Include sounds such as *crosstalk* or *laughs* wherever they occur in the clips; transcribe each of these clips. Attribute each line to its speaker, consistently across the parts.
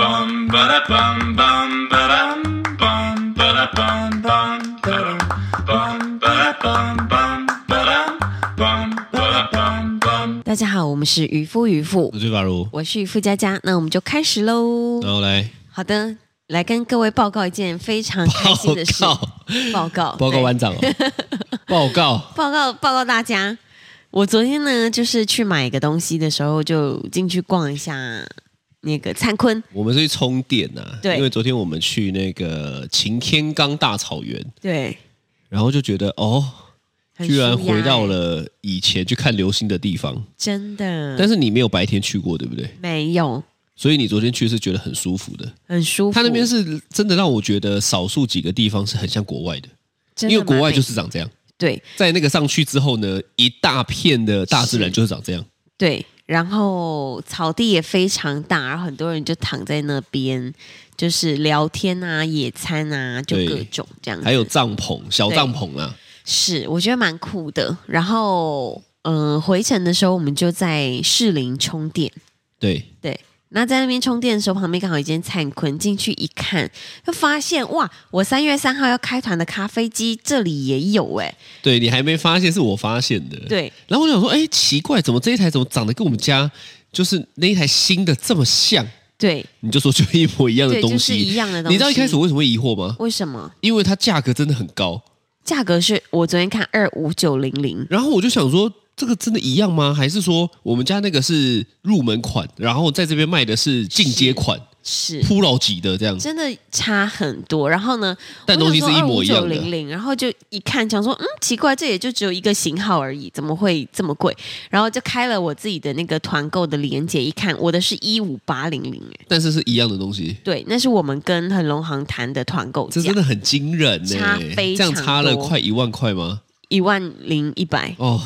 Speaker 1: bum ba da bum bum ba dum bum ba da bum bum ba dum bum ba da bum bum ba dum bum ba da bum bum
Speaker 2: 大家好，我们是渔夫渔妇
Speaker 3: 我，是法如，
Speaker 2: 我是渔夫佳佳，那我们就开始喽。
Speaker 3: 然后来
Speaker 2: 好的，来跟各位报告一件非常开心的事。
Speaker 3: 报
Speaker 2: 报告，
Speaker 3: 报告
Speaker 2: 对
Speaker 3: 班长哦，报告
Speaker 2: 报告报告大家，我昨天呢，就是去买一个东西的时候，就进去逛一下那个灿坤，
Speaker 3: 我们是去充电呐、
Speaker 2: 对
Speaker 3: 因为昨天我们去那个擎天岗大草原，
Speaker 2: 对，
Speaker 3: 然后就觉得哦，
Speaker 2: 很
Speaker 3: 居然
Speaker 2: 舒压嗯
Speaker 3: 回到
Speaker 2: 欸，
Speaker 3: 了以前去看流星的地方。
Speaker 2: 真的
Speaker 3: 但是你没有白天去过，对不对？
Speaker 2: 没有，
Speaker 3: 所以你昨天去是觉得很舒服的。
Speaker 2: 很舒服。
Speaker 3: 它那边是真的让我觉得少数几个地方是很像国外的，
Speaker 2: 真的
Speaker 3: 因为国
Speaker 2: 蛮
Speaker 3: 外
Speaker 2: 美
Speaker 3: 就是长这样。
Speaker 2: 对
Speaker 3: 在那个上去之后呢，一大片的大自然
Speaker 2: 是
Speaker 3: 就是长这样。
Speaker 2: 对，然后草地也非常大，然后很多人就躺在那边，就是聊天啊、野餐啊，就
Speaker 3: 对
Speaker 2: 各种这样子。
Speaker 3: 还有帐篷，小
Speaker 2: 对
Speaker 3: 帐篷啊，
Speaker 2: 是，我觉得蛮酷的。然后，嗯、回程的时候我们就在士林充电，
Speaker 3: 对，
Speaker 2: 对。那在那边充电的时候，旁边刚好有一间灿坤，进去一看，就发现哇，我三月三号要开团的咖啡机这里也有哎、
Speaker 3: 对你还没发现，是我发现的。，
Speaker 2: 对，
Speaker 3: 然后我想说，哎，奇怪，怎么这一台怎么长得跟我们家就是那一台新的这么像？
Speaker 2: 对
Speaker 3: 你就说就一模一样的
Speaker 2: 对，
Speaker 3: 东
Speaker 2: 就是
Speaker 3: 西。
Speaker 2: 一样的东西。
Speaker 3: 你知道一开始我为什么会疑惑吗？
Speaker 2: 为什么
Speaker 3: 因为它价格真的很高，
Speaker 2: 价格是我昨天看二五九零零？
Speaker 3: 然后我就想说，这个真的一样吗？还是说我们家那个是入门款，然后在这边卖的是进阶款、
Speaker 2: 是
Speaker 3: 铺老级的这样？
Speaker 2: 真的差很多。然后呢，
Speaker 3: 但东西是一模一样的
Speaker 2: 啊零零，然后就一看，想说，嗯，奇怪，这也就只有一个型号而已，怎么会这么贵？然后就开了我自己的那个团购的链接，一看我的是一五八零零，哎，
Speaker 3: 但是是一样的东西，
Speaker 2: 对，那是我们跟恒隆行谈的团购
Speaker 3: 这
Speaker 2: 价
Speaker 3: 真，的很惊人呢、
Speaker 2: 差非
Speaker 3: 这
Speaker 2: 常
Speaker 3: 样差了
Speaker 2: 多
Speaker 3: 快一万块吗？
Speaker 2: 一万零一百。
Speaker 3: 哦，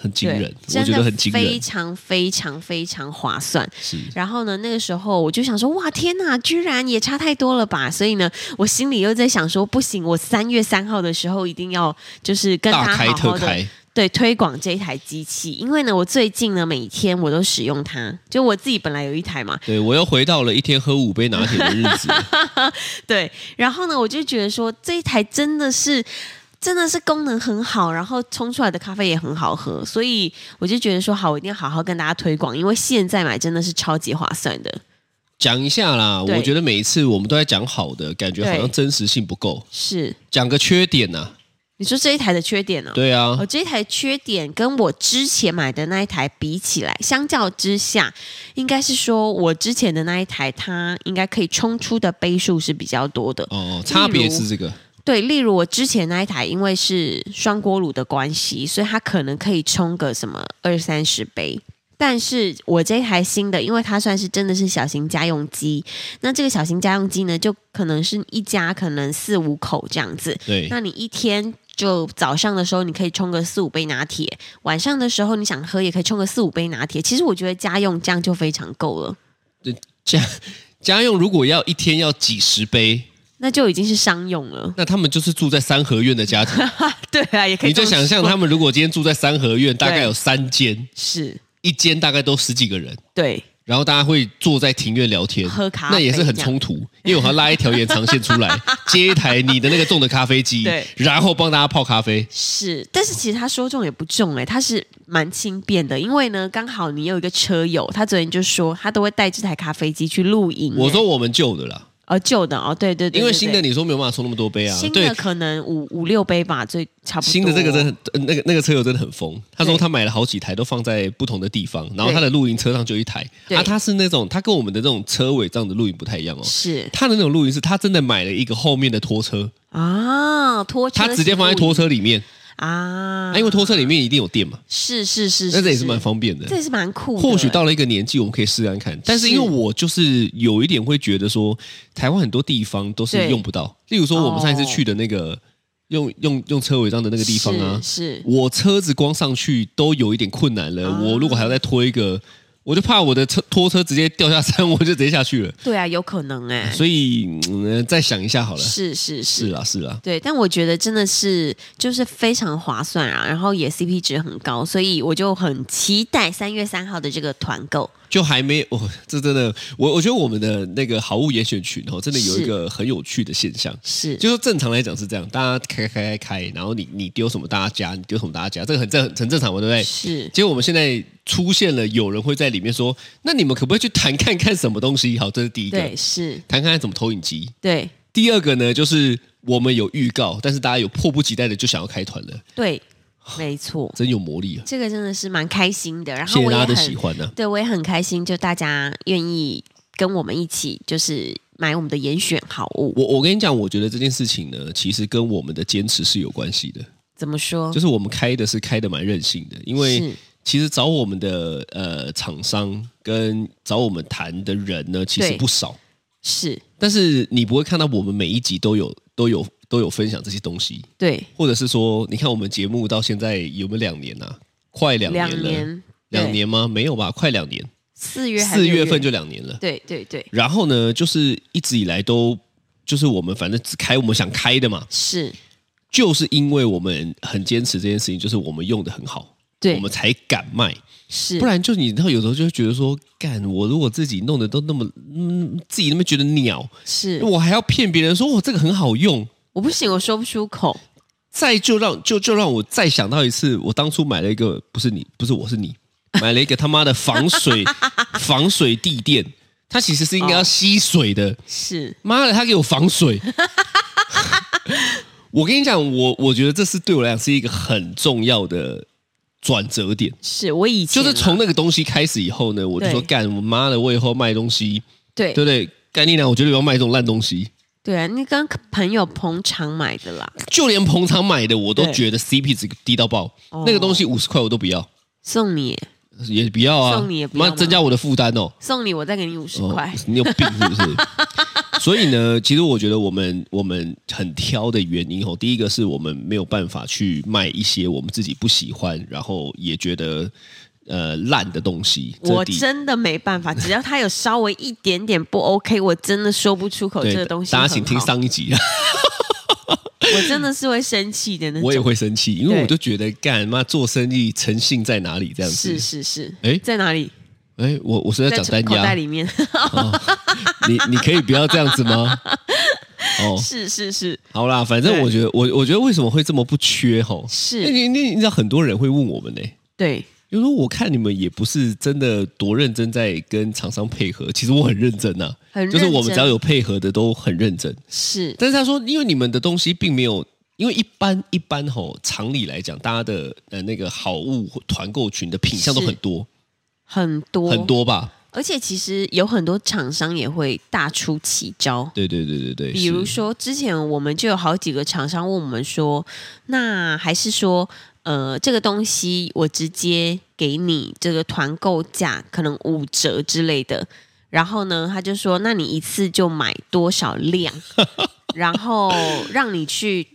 Speaker 3: 很惊
Speaker 2: 对
Speaker 3: 人，，我
Speaker 2: 真
Speaker 3: 觉
Speaker 2: 的
Speaker 3: 得很惊
Speaker 2: 非
Speaker 3: 人，
Speaker 2: 常非常非常划算。
Speaker 3: 是。
Speaker 2: 然后呢，那个时候我就想说，哇，天哪，居然也差太多了吧！所以呢，我心里又在想说，不行，我三月三号的时候一定要就是跟他
Speaker 3: 大开
Speaker 2: 好
Speaker 3: 特
Speaker 2: 好的
Speaker 3: 开，
Speaker 2: 对推广这一台机器，因为呢，我最近呢每天我都使用它，就我自己本来有一台嘛，
Speaker 3: 对我又回到了一天喝五杯拿铁的日
Speaker 2: *laughs*
Speaker 3: 子。
Speaker 2: 对，然后呢，我就觉得说这一台真的是。真的是功能很好，然后冲出来的咖啡也很好喝，所以我就觉得说好，我一定要好好跟大家推广，因为现在买真的是超级划算的。
Speaker 3: 讲一下啦，
Speaker 2: 对
Speaker 3: 我觉得每一次我们都在讲好的，感觉好
Speaker 2: 对
Speaker 3: 像真实性不够。
Speaker 2: 是，
Speaker 3: 讲个缺点呐、啊，
Speaker 2: 你说这一台的缺点呢、
Speaker 3: 对啊
Speaker 2: 我、，这一台缺点跟我之前买的那一台比起来，相较之下，应该是说我之前的那一台，它应该可以冲出的杯数是比较多的。
Speaker 3: 哦，差别是这个，
Speaker 2: 对，例如我之前那一台，因为是双锅炉的关系，所以它可能可以冲个什么二三十杯。但是我这一台新的，因为它算是真的是小型家用机，那这个小型家用机呢，就可能是一家可能四五口这样子，
Speaker 3: 对，
Speaker 2: 那你一天就早上的时候，你可以冲个四五杯拿铁；晚上的时候，你想喝也可以冲个四五杯拿铁。其实我觉得家用这样就非常够了，
Speaker 3: 家用如果要一天要几十杯，
Speaker 2: 那就已经是商用了。 *laughs*
Speaker 3: 那他们就是住在三合院的家庭。
Speaker 2: 对啊， *laughs* 也可以
Speaker 3: 你
Speaker 2: 这
Speaker 3: 就
Speaker 2: 么说。
Speaker 3: 想象他们如果今天住在三合院，大概有三间，
Speaker 2: 是
Speaker 3: 一间大概都十几个人，
Speaker 2: 对
Speaker 3: 然后大家会坐在庭院聊天，
Speaker 2: 喝咖啡
Speaker 3: 那也是很冲突，因为我还要拉一条延长线出
Speaker 2: *laughs*
Speaker 3: 来，接一台你的那个重的咖啡机，
Speaker 2: 对
Speaker 3: 然后帮大家泡咖啡，
Speaker 2: 是，但是其实他说中也不中哎、他是蛮轻便的，因为呢，刚好你有一个车友，他昨天就说他都会带这台咖啡机去露营、欸
Speaker 3: 我说我们旧的啦，
Speaker 2: 哦旧的哦，对对对
Speaker 3: 因为
Speaker 2: 对
Speaker 3: 新的
Speaker 2: 对
Speaker 3: 你说没有办法冲那么多杯啊，
Speaker 2: 新
Speaker 3: 对
Speaker 2: 的，可能五五六杯吧，最差不多。
Speaker 3: 新的这个真的很呃那个那个车友真的很疯，他说
Speaker 2: 对
Speaker 3: 他买了好几台，都放在不同的地方，然后
Speaker 2: 对
Speaker 3: 他的露营车上就一台，
Speaker 2: 对
Speaker 3: 啊，他是那种他跟我们的这种车尾这样的露营不太一样哦。
Speaker 2: 是
Speaker 3: 他的那种露营是，他真的买了一个后面的拖车，
Speaker 2: 啊，拖车
Speaker 3: 他直接放在
Speaker 2: 型露营
Speaker 3: 拖车里面，
Speaker 2: 啊，
Speaker 3: 啊，因为拖车里面一定有电嘛，
Speaker 2: 是是是，
Speaker 3: 那这也是蛮
Speaker 2: 方，
Speaker 3: 方便的
Speaker 2: 这。也是蛮酷的。
Speaker 3: 或许到了一个年纪，我们可以试试看看。但是因为我就是有一点会觉得说，台湾很多地方都是
Speaker 2: 对
Speaker 3: 用不到，例如说我们上一次
Speaker 2: 哦
Speaker 3: 去的那个、用用用车尾帐的那个地方啊，
Speaker 2: 是是
Speaker 3: 我车子光上去都有一点困难了。
Speaker 2: 啊
Speaker 3: 我如果还要再拖一个，我就怕我的车拖车直接掉下山，我就直接
Speaker 2: *laughs*
Speaker 3: 下去了。
Speaker 2: 对啊，有可能
Speaker 3: *laughs*
Speaker 2: 哎、
Speaker 3: 所以、嗯、再想一下好了。
Speaker 2: 是是
Speaker 3: 是
Speaker 2: 是。
Speaker 3: 啊啦，是啦，
Speaker 2: 对，但我觉得真的是就是非常划算啊，然后也 CP 值很高，所以我就很期待三月三号的这个团购。
Speaker 3: 就还没我、这真的，我我觉得我们的那个好物严选群哦，真的有一个很有趣的现象，
Speaker 2: 是，
Speaker 3: 就是说正常来讲是这样，大家开开开开，然后你你丢什么大家加，你丢什么大家加，这个很正很正常嘛，对不对？
Speaker 2: 是
Speaker 3: 结果我们现在出现了有人会在里面说，那你们可不可以去谈看看什么东西？好，这是第一个，
Speaker 2: 对是，
Speaker 3: 谈看看怎么投影机。
Speaker 2: 对
Speaker 3: 第二个呢，就是我们有预告，但是大家有迫不及待的就想要开团了，
Speaker 2: 对，没错，
Speaker 3: 真有魔力啊！
Speaker 2: 这个真的是蛮开心的。然后
Speaker 3: 谢谢
Speaker 2: 我也
Speaker 3: 大家
Speaker 2: 很
Speaker 3: 的喜欢呢、啊
Speaker 2: 对我也很开心，就大家愿意跟我们一起，就是买我们的严选好物。
Speaker 3: 我我跟你讲，我觉得这件事情呢，其实跟我们的坚持是有关系的，
Speaker 2: 怎么说？
Speaker 3: 就是我们开的是开的蛮任性的，因为
Speaker 2: 是
Speaker 3: 其实找我们的呃厂商跟找我们谈的人呢，其实
Speaker 2: 对
Speaker 3: 不少，
Speaker 2: 是，
Speaker 3: 但是你不会看到我们每一集都有都有都有分享这些东西，
Speaker 2: 对，
Speaker 3: 或者是说，你看我们节目到现在有没有两年啊？快两年
Speaker 2: 两
Speaker 3: 了，
Speaker 2: 年，
Speaker 3: 两
Speaker 2: 对
Speaker 3: 年吗？没有吧，快两年，
Speaker 2: 四月还
Speaker 3: 四
Speaker 2: 六
Speaker 3: 月份就两年了。
Speaker 2: 对对对
Speaker 3: 然后呢，就是一直以来都就是我们反正只开我们想开的嘛，
Speaker 2: 是，
Speaker 3: 就是因为我们很坚持这件事情，就是我们用的很好，
Speaker 2: 对
Speaker 3: 我们才敢卖。
Speaker 2: 是，
Speaker 3: 不然就你知道，有时候就会觉得说，干我如果自己弄的都那么，嗯，自己那么觉得鸟，
Speaker 2: 是
Speaker 3: 我还要骗别人说哦我这个很好用，
Speaker 2: 我不行，我说不出口。
Speaker 3: 再就让就就让我再想到一次，我当初买了一个不是你，不是我是你，买了一个他妈的防水防水地垫，它其实是应该要吸水的，
Speaker 2: 是
Speaker 3: 妈的，它给我防水。我跟你讲，我我觉得这是对我来讲是一个很重要的转折点，
Speaker 2: 是，我以前
Speaker 3: 就是
Speaker 2: 啦
Speaker 3: 从那个东西开始以后呢，我就说
Speaker 2: 啊对
Speaker 3: 干，我妈的，我以后卖东西，
Speaker 2: 对
Speaker 3: 对不对？干你娘，我绝对不要卖这种烂东西，
Speaker 2: 对啊，你跟朋友捧场买的啦，
Speaker 3: 就连捧场买的我都
Speaker 2: 对哦
Speaker 3: 觉得 CP 值低到爆，那个东西五十块我都不要。
Speaker 2: 送你耶
Speaker 3: 也不要啊，
Speaker 2: 送你也不要
Speaker 3: 妈
Speaker 2: 吗
Speaker 3: 增加我的负担哦。
Speaker 2: 送你，我再给你五十
Speaker 3: 哦
Speaker 2: 块。
Speaker 3: 你有病是不 *laughs* 是？所以呢，其实我觉得我们我们很挑的原因哦，第一个是我们没有办法去卖一些我们自己不喜欢，然后也觉得呃烂的东西。这
Speaker 2: 我
Speaker 3: 第一
Speaker 2: 真的没办法，只要他有稍微一点点不 OK，我真的说不出口
Speaker 3: 对
Speaker 2: 这个东西。
Speaker 3: 大家请听，上一集，
Speaker 2: 我真的是会生气的那种。
Speaker 3: 我也会生气，因为
Speaker 2: 对
Speaker 3: 我就觉得干妈做生意诚信在哪里这样子
Speaker 2: 是。是是，
Speaker 3: 诶
Speaker 2: 在哪里？
Speaker 3: 哎，我我是在
Speaker 2: 在
Speaker 3: 讲单
Speaker 2: 口袋
Speaker 3: 家，
Speaker 2: 里面。
Speaker 3: 你你可以不要这样子
Speaker 2: *laughs*
Speaker 3: 吗？哦，
Speaker 2: 是是是
Speaker 3: 好啦，反正
Speaker 2: 对
Speaker 3: 我觉得我我觉得为什么会这么不缺吼？
Speaker 2: 是
Speaker 3: 因为你你你知道很多人会问我们呢、
Speaker 2: 对，
Speaker 3: 就说我看你们也不是真的多认真在跟厂商配合，其实我很认真呐、
Speaker 2: 很认
Speaker 3: 就
Speaker 2: 真
Speaker 3: 是我们只要有配合的都很认真。
Speaker 2: 是
Speaker 3: 但是他说，因为你们的东西并没有，因为一般一般吼，常理来讲，大家的呃那个好物团购群的品相都
Speaker 2: 是
Speaker 3: 很多
Speaker 2: 很多
Speaker 3: 很，多吧？
Speaker 2: 而且其实有很多厂商也会大出奇招。
Speaker 3: 对对对对对，
Speaker 2: 比如
Speaker 3: 是
Speaker 2: 说，之前我们就有好几个厂商问我们说，那还是说，呃，这个东西我直接给你这个团购价，可能五折之类的。然后呢，他就说，那你一次就买多少量，然后让你去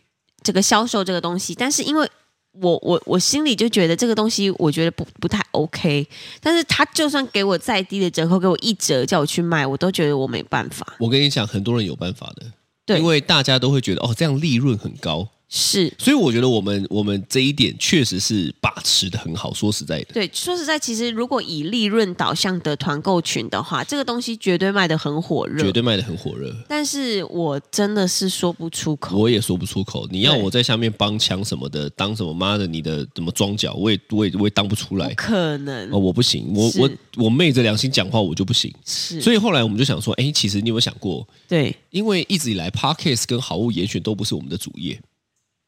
Speaker 2: 这个销售这个东西。但是因为我我我心里就觉得这个东西，我觉得不不太 OK。但是他就算给我再低的折扣，给我一折叫我去卖，我都觉得我没办法。
Speaker 3: 我跟你讲，很多人有办法的。
Speaker 2: 对
Speaker 3: 因为大家都会觉得哦，这样利润很高，
Speaker 2: 是，
Speaker 3: 所以我觉得我们我们这一点确实是把持的很好。说实在的，
Speaker 2: 对，说实在，其实如果以利润导向的团购群的话，这个东西绝对卖得很火热。
Speaker 3: 绝对卖的很火热。
Speaker 2: 但是我真的是说不出口。
Speaker 3: 我也说不出口，你要
Speaker 2: 对
Speaker 3: 我在下面帮腔什么的，当什么妈的，你的怎么装脚，我也我也我也当不出来
Speaker 2: 不。可能
Speaker 3: 哦，我不行，我
Speaker 2: 是
Speaker 3: 我我昧着良心讲话，我就不行。
Speaker 2: 是，
Speaker 3: 所
Speaker 2: 以
Speaker 3: 以后来我们就想说，哎，其实你有没有想过，
Speaker 2: 对，
Speaker 3: 因为一直以来 Parkes 跟好物严选都不是我们的主业，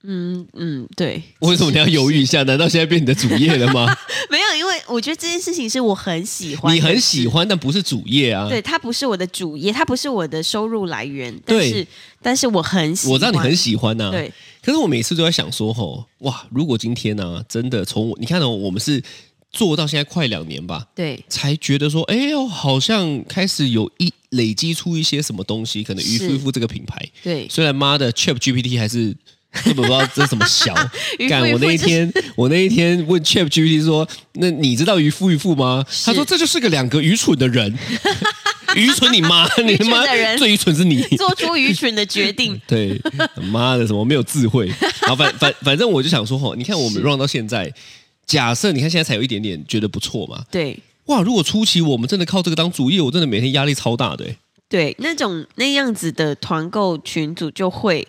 Speaker 2: 嗯嗯，对，
Speaker 3: 为什么你要犹豫一下？难道现在变你的主业了吗？
Speaker 2: 没有，因为我觉得这件事情是我很喜欢，
Speaker 3: 你很喜，欢，但不是主业啊。
Speaker 2: 对，它不是我的主业，它不是我的收入来源，但
Speaker 3: 对
Speaker 2: 是但是我很喜欢，
Speaker 3: 我知道你很喜欢啊呐、
Speaker 2: 对，
Speaker 3: 可是我每次都在想说，吼，哇，如果今天呢、真的从我你看哦，我们是做到现在快两年吧，
Speaker 2: 对
Speaker 3: 才觉得说，哎呦，好像开始有一累积出一些什么东西，可能渔
Speaker 2: 是
Speaker 3: 夫渔夫这个品牌，
Speaker 2: 对，
Speaker 3: 虽然妈的 Chat GPT 还是根本不知道这是什么小
Speaker 2: *laughs* 渔夫。
Speaker 3: 干，
Speaker 2: 渔
Speaker 3: 我
Speaker 2: 夫
Speaker 3: 那一
Speaker 2: 就是 *laughs*
Speaker 3: 天，我那一天问 Chat GPT 说：“那你知道渔夫渔夫吗？”他说：“这就是个两个愚蠢
Speaker 2: *laughs*
Speaker 3: 的人，愚蠢你妈，你
Speaker 2: 蠢
Speaker 3: 妈
Speaker 2: 的人
Speaker 3: 最愚蠢是你。”，
Speaker 2: *laughs* 做出愚蠢的决定
Speaker 3: *laughs* 对，妈的，什么没有智慧。然后反反反正我就想说，吼，你看我们 run 到现在，假设你看现在才有一点点觉得不错嘛，
Speaker 2: 对，
Speaker 3: 哇，如果初期我们真的靠这个当主业，我真的每天压力超大的、欸，
Speaker 2: 对，那种那样子的团购群组就会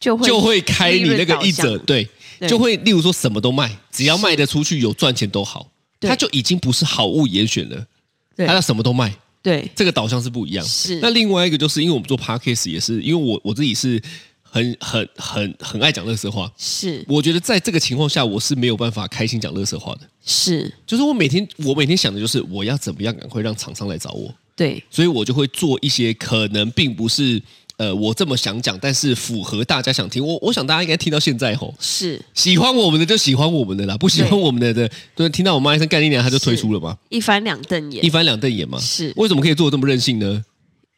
Speaker 2: 就会
Speaker 3: 就会开你那个一折，
Speaker 2: 整，
Speaker 3: 对，
Speaker 2: 对
Speaker 3: 就会例如说什么都卖，只要卖得出去有赚钱都好，
Speaker 2: 对
Speaker 3: 它就已经不是好物严选了，
Speaker 2: 对
Speaker 3: 它要什么都卖，
Speaker 2: 对
Speaker 3: 这个导向是不一样。
Speaker 2: 是
Speaker 3: 那另外一个就是因为我们做 podcast 也是，因为我我自己是很很很很爱讲乐色话，
Speaker 2: 是
Speaker 3: 我觉得在这个情况下我是没有办法开心讲乐色话的，
Speaker 2: 是，
Speaker 3: 就是我每天我每天想的就是我要怎么样赶快让厂商来找我，
Speaker 2: 对
Speaker 3: 所以我就会做一些可能并不是呃我这么想讲，但是符合大家想听。我我想大家应该听到现在吼，
Speaker 2: 是
Speaker 3: 喜欢我们的就喜欢我们的啦，不喜欢
Speaker 2: 对
Speaker 3: 我们的的，对，听到我妈一声干你娘，他就退出了嘛，
Speaker 2: 一翻两瞪
Speaker 3: 一
Speaker 2: 眼。
Speaker 3: 翻两瞪眼嘛。
Speaker 2: 是
Speaker 3: 为什么可以做的这么任性呢？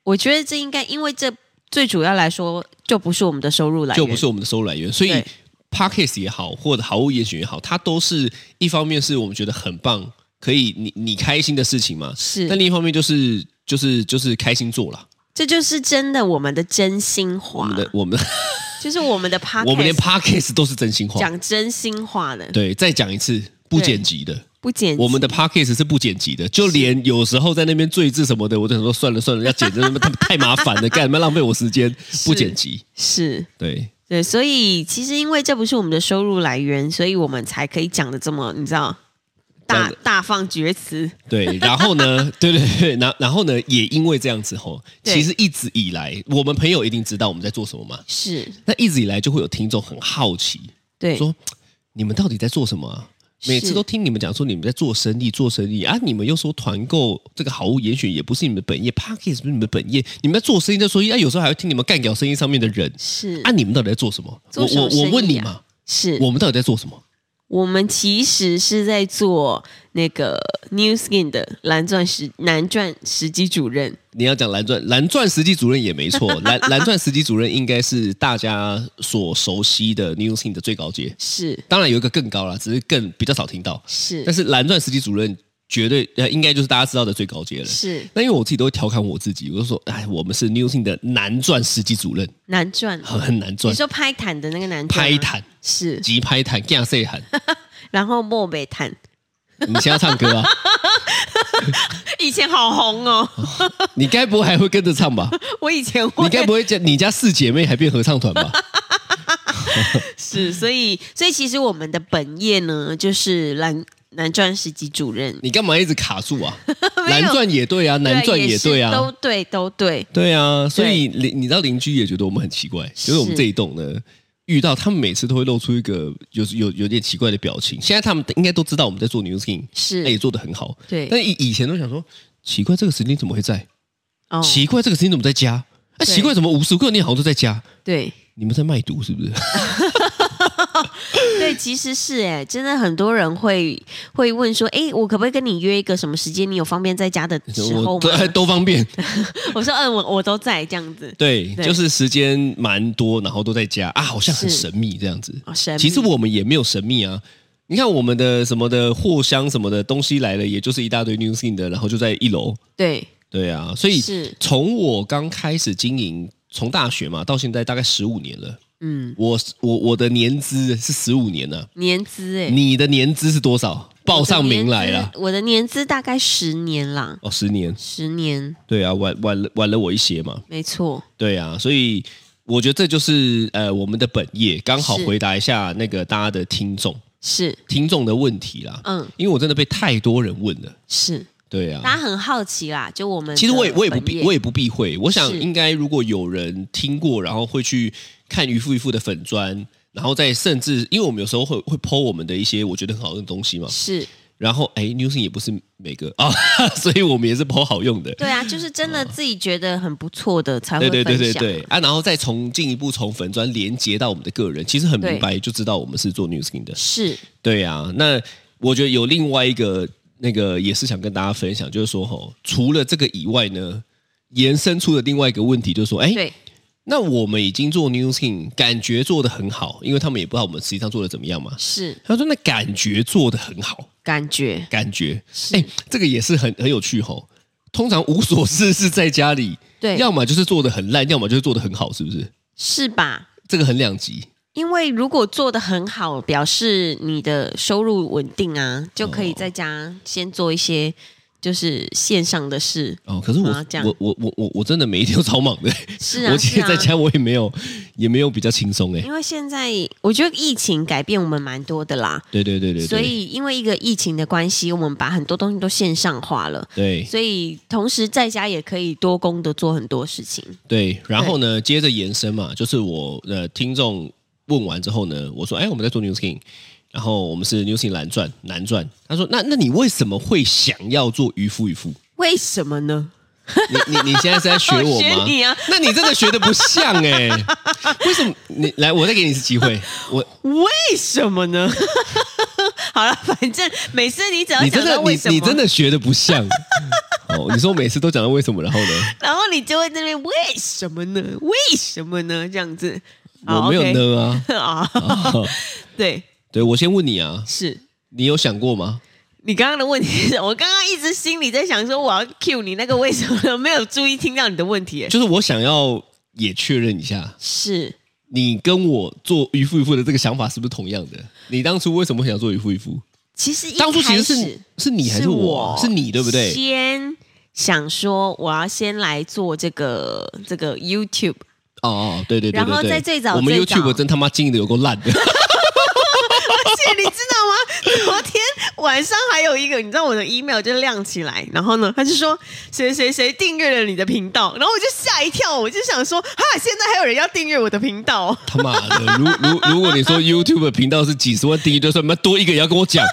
Speaker 2: 我觉得这应该因为这最主要来说就不是我们的收入来源，
Speaker 3: 就不是我们的收入来源，所以
Speaker 2: 对
Speaker 3: podcast 也好，或者毫无严选也好，它都是一方面是我们觉得很棒，可以你你开心的事情嘛，
Speaker 2: 是
Speaker 3: 但另一方面就是就是就是开心做啦。
Speaker 2: 这就是真的我们的真心
Speaker 3: 我
Speaker 2: 话
Speaker 3: 们，的我们的
Speaker 2: 就是我们的 p o d
Speaker 3: *laughs* 我们连 podcast 都是真心话，
Speaker 2: 讲真心话的，
Speaker 3: 对，再讲一次。不
Speaker 2: 对
Speaker 3: 剪辑的，
Speaker 2: 不剪辑
Speaker 3: 我们的 podcast 是不剪辑的，就连有时候在那边醉字什么的，我就想说算了算了，
Speaker 2: *laughs*
Speaker 3: 要剪真的太麻烦了，干嘛浪费我时间？不剪辑，
Speaker 2: 是
Speaker 3: 对，
Speaker 2: 对，所以其实因为这不是我们的收入来源，所以我们才可以讲的这么你知道
Speaker 3: 讲
Speaker 2: 大
Speaker 3: 得
Speaker 2: 大放厥词，
Speaker 3: 对，然后呢， *laughs* 对对对，然然后呢，也因为这样子吼，
Speaker 2: 对
Speaker 3: 其实一直以来，我们朋友一定知道我们在做什么嘛。
Speaker 2: 是
Speaker 3: 那一直以来就会有听众很好奇，
Speaker 2: 对
Speaker 3: 说你们到底在做什么啊？每次
Speaker 2: 是
Speaker 3: 都听你们讲说你们在做生意，做生意啊！你们又说团购这个好物严选也不是你们的本业 p a c k e t 不是你们的本业，你们在做生意在说，啊，有时候还会听你们干掉生意上面的人
Speaker 2: 是
Speaker 3: 啊！你们到底在做什么？
Speaker 2: 做什
Speaker 3: 我
Speaker 2: 么
Speaker 3: 我我问你
Speaker 2: 生意啊
Speaker 3: 嘛，
Speaker 2: 是
Speaker 3: 我们到底在做什么？
Speaker 2: 我们其实是在做那个 New Skin 的蓝钻时蓝钻时机主任，
Speaker 3: 你要讲蓝钻，蓝钻实际主任也没错， *laughs* 蓝蓝钻实际主任应该是大家所熟悉的 New Thing 的最高阶，
Speaker 2: 是
Speaker 3: 当然有一个更高啦，只是更比较少听到。
Speaker 2: 是
Speaker 3: 但是蓝钻实际主任绝对呃，应该就是大家知道的最高阶了。
Speaker 2: 是
Speaker 3: 那因为我自己都会调侃我自己，我就说，哎，我们是 New Thing 的难赚实际主任，
Speaker 2: 蓝钻，
Speaker 3: 很很难
Speaker 2: 你
Speaker 3: 赚，
Speaker 2: 说拍坦的那个男钻
Speaker 3: 拍
Speaker 2: 吗
Speaker 3: 坦
Speaker 2: 是，
Speaker 3: 急拍坦，干谁喊？
Speaker 2: 然后漠北坦
Speaker 3: 你现在唱歌啊？
Speaker 2: 以前好红哦，
Speaker 3: 你该不会还会跟着唱吧？
Speaker 2: 我以前会
Speaker 3: 嗯你该不会家你家四姐妹还变合唱团
Speaker 2: *laughs*
Speaker 3: 吧？
Speaker 2: 是，所以所以其实我们的本业呢，就是蓝蓝钻时机主任，
Speaker 3: 你干嘛一直卡
Speaker 2: *laughs*
Speaker 3: 住啊？
Speaker 2: 有
Speaker 3: 蓝钻也对啊，南钻
Speaker 2: 对
Speaker 3: 也
Speaker 2: 是
Speaker 3: 对
Speaker 2: 都
Speaker 3: 啊，
Speaker 2: 对都对，
Speaker 3: 对啊，所以你你知道邻居也觉得我们很奇怪，就是我们
Speaker 2: 是
Speaker 3: 这一栋呢，遇到他们每次都会露出一个有有有点奇怪的表情。现在他们应该都知道我们在做 New Skin，
Speaker 2: 是
Speaker 3: 那也做得很好，
Speaker 2: 对
Speaker 3: 哎但以以前都想说，奇怪这个时间怎么会在？
Speaker 2: 哦，
Speaker 3: 奇怪这个时间怎么在家？啊，
Speaker 2: 对
Speaker 3: 奇怪怎么无时无刻你好像都在家？
Speaker 2: 对
Speaker 3: 你们在卖毒是不是？
Speaker 2: 对，其实是哎、真的很多人会会问说，哎，我可不可以跟你约一个什么时间？你有方便在家的时候
Speaker 3: 我
Speaker 2: 吗？
Speaker 3: *laughs* 都都方便，
Speaker 2: 我说，嗯，我我都在这样子，
Speaker 3: 对，
Speaker 2: 对
Speaker 3: 就是时间蛮多，然后都在家啊，好像很
Speaker 2: 是
Speaker 3: 神秘这样子。
Speaker 2: 哦，神秘，
Speaker 3: 其实我们也没有神秘啊。你看我们的什么的货箱什么的东西来了，也就是一大堆 new thing 的，然后就在一楼。
Speaker 2: 对
Speaker 3: 对啊，所以
Speaker 2: 是
Speaker 3: 从我刚开始经营，从大学嘛到现在大概十五年了。
Speaker 2: 嗯
Speaker 3: 我我我的年资是十五年呢、
Speaker 2: 年资哎、
Speaker 3: 你的年资是多少？报
Speaker 2: 我的
Speaker 3: 上名
Speaker 2: 年
Speaker 3: 来
Speaker 2: 资
Speaker 3: 了。
Speaker 2: 我的年资大概十年啦，
Speaker 3: 哦，十年，
Speaker 2: 十年
Speaker 3: 对啊，晚晚了晚了我一些嘛，
Speaker 2: 没错，
Speaker 3: 对啊，所以我觉得这就是呃我们的本业，刚好
Speaker 2: 是
Speaker 3: 回答一下那个大家的听众
Speaker 2: 是
Speaker 3: 听众的问题啦，
Speaker 2: 嗯
Speaker 3: 因为我真的被太多人问了。
Speaker 2: 是。
Speaker 3: 对
Speaker 2: 大家
Speaker 3: 啊，
Speaker 2: 很好奇啦，就我们
Speaker 3: 其实我也
Speaker 2: 的
Speaker 3: 我也不
Speaker 2: 本
Speaker 3: 避
Speaker 2: 业
Speaker 3: 我也不避讳，我想
Speaker 2: 是
Speaker 3: 应该如果有人听过，然后会去看渔夫渔夫的粉砖，然后再甚至因为我们有时候会会 PO 我们的一些我觉得很好用的东西嘛，
Speaker 2: 是
Speaker 3: 然后哎，Newsin 也不是每个啊、 *laughs* 所以我们也是 PO 好用的。
Speaker 2: 对啊，就是真的自己觉得很不错的才会
Speaker 3: 嗯对对
Speaker 2: 分享。
Speaker 3: 对对对啊，然后再从进一步从粉砖连接到我们的个人，其实很明
Speaker 2: 对
Speaker 3: 白就知道我们是做 Newskin 的。
Speaker 2: 是
Speaker 3: 对啊，那我觉得有另外一个那个也是想跟大家分享，就是说吼，除了这个以外呢，延伸出的另外一个问题就是说，哎，
Speaker 2: 对
Speaker 3: 那我们已经做 Newskin，感觉做的很好，因为他们也不知道我们实际上做的怎么样嘛。
Speaker 2: 是
Speaker 3: 他说那感觉做的很好，
Speaker 2: 感觉
Speaker 3: 感觉，
Speaker 2: 是
Speaker 3: 哎，这个也是很很有趣吼。通常无所事事在家里，
Speaker 2: 对
Speaker 3: 要么就是做的很烂，要么就是做的很好，是不是？
Speaker 2: 是吧？
Speaker 3: 这个很两极。
Speaker 2: 因为如果做的很好，
Speaker 3: 哦
Speaker 2: 表示你的收入稳定啊，就可以在家先做一些就是线上的事，
Speaker 3: 哦，可是我、
Speaker 2: 啊这样
Speaker 3: 我我我我我真的每一天都超忙的、
Speaker 2: 是啊
Speaker 3: *laughs* 我其
Speaker 2: 是
Speaker 3: 实
Speaker 2: 啊
Speaker 3: 在家我也没有、也没有比较轻松哎、
Speaker 2: 因为现在我觉得疫情改变我们蛮多的啦，
Speaker 3: 对对对对对，
Speaker 2: 所以因为一个疫情的关系，我们把很多东西都线上化了。
Speaker 3: *laughs* 对
Speaker 2: 所以同时在家也可以多工的做很多事情。
Speaker 3: 对，然后呢，接着延伸嘛，就是我呃听众问完之后呢，我说哎，我们在做 New Skin，然后我们是 New Skin 蓝钻蓝钻，他说那那你为什么会想要做渔夫渔夫？
Speaker 2: 为什么呢？
Speaker 3: 你你你现在是在学我
Speaker 2: *laughs*
Speaker 3: 吗？
Speaker 2: 我学你啊
Speaker 3: 那你真的学的不像哎、为什么？你来，我再给你一次机会，我
Speaker 2: 为什么呢？ *laughs* 好了，反正每次你只要
Speaker 3: *laughs* 你
Speaker 2: 想
Speaker 3: 真
Speaker 2: 到
Speaker 3: 的
Speaker 2: 为
Speaker 3: 你
Speaker 2: 什么，
Speaker 3: 你真的学的
Speaker 2: *laughs*
Speaker 3: 不像。哦，你说我每次都讲到为什么，然后呢，
Speaker 2: 然后你就会在那边为什么呢？为什么呢？这样子，
Speaker 3: 我没有呢啊。
Speaker 2: 呢 *laughs* 啊，
Speaker 3: 哦
Speaker 2: 对，
Speaker 3: *laughs* 对，我先问你啊，
Speaker 2: 是
Speaker 3: 你有想过吗？
Speaker 2: 你刚刚的问题是我刚刚一直心里在想说我要 cue 你那个为什么呢？没有注意听到你的问题耶，
Speaker 3: 就是我想要也确认一下，
Speaker 2: 是
Speaker 3: 你跟我做渔夫渔夫的这个想法是不是同样的？你当初为什么会想做渔夫渔夫？
Speaker 2: 其实一
Speaker 3: 当初其实
Speaker 2: 开
Speaker 3: 是
Speaker 2: 始
Speaker 3: 是你还
Speaker 2: 是
Speaker 3: 是我？是你对不对？
Speaker 2: 先想说我要先来做这个这个 YouTube， *laughs*
Speaker 3: 哦哦，对对对对对。
Speaker 2: 然后在最早
Speaker 3: 我们
Speaker 2: 最早
Speaker 3: YouTube 真他妈经营的有够烂的。
Speaker 2: 而且你知道吗？昨天晚上还有一个，你知道我的 email 就亮起来，然后呢，他就说谁谁谁订阅了你的频道，然后我就吓一跳，我就想说哈，现在还有人要订阅我的频道，
Speaker 3: 他妈的，如如如果你说 YouTube 的频道是几十万订阅，就算他妈多一个也要跟我讲。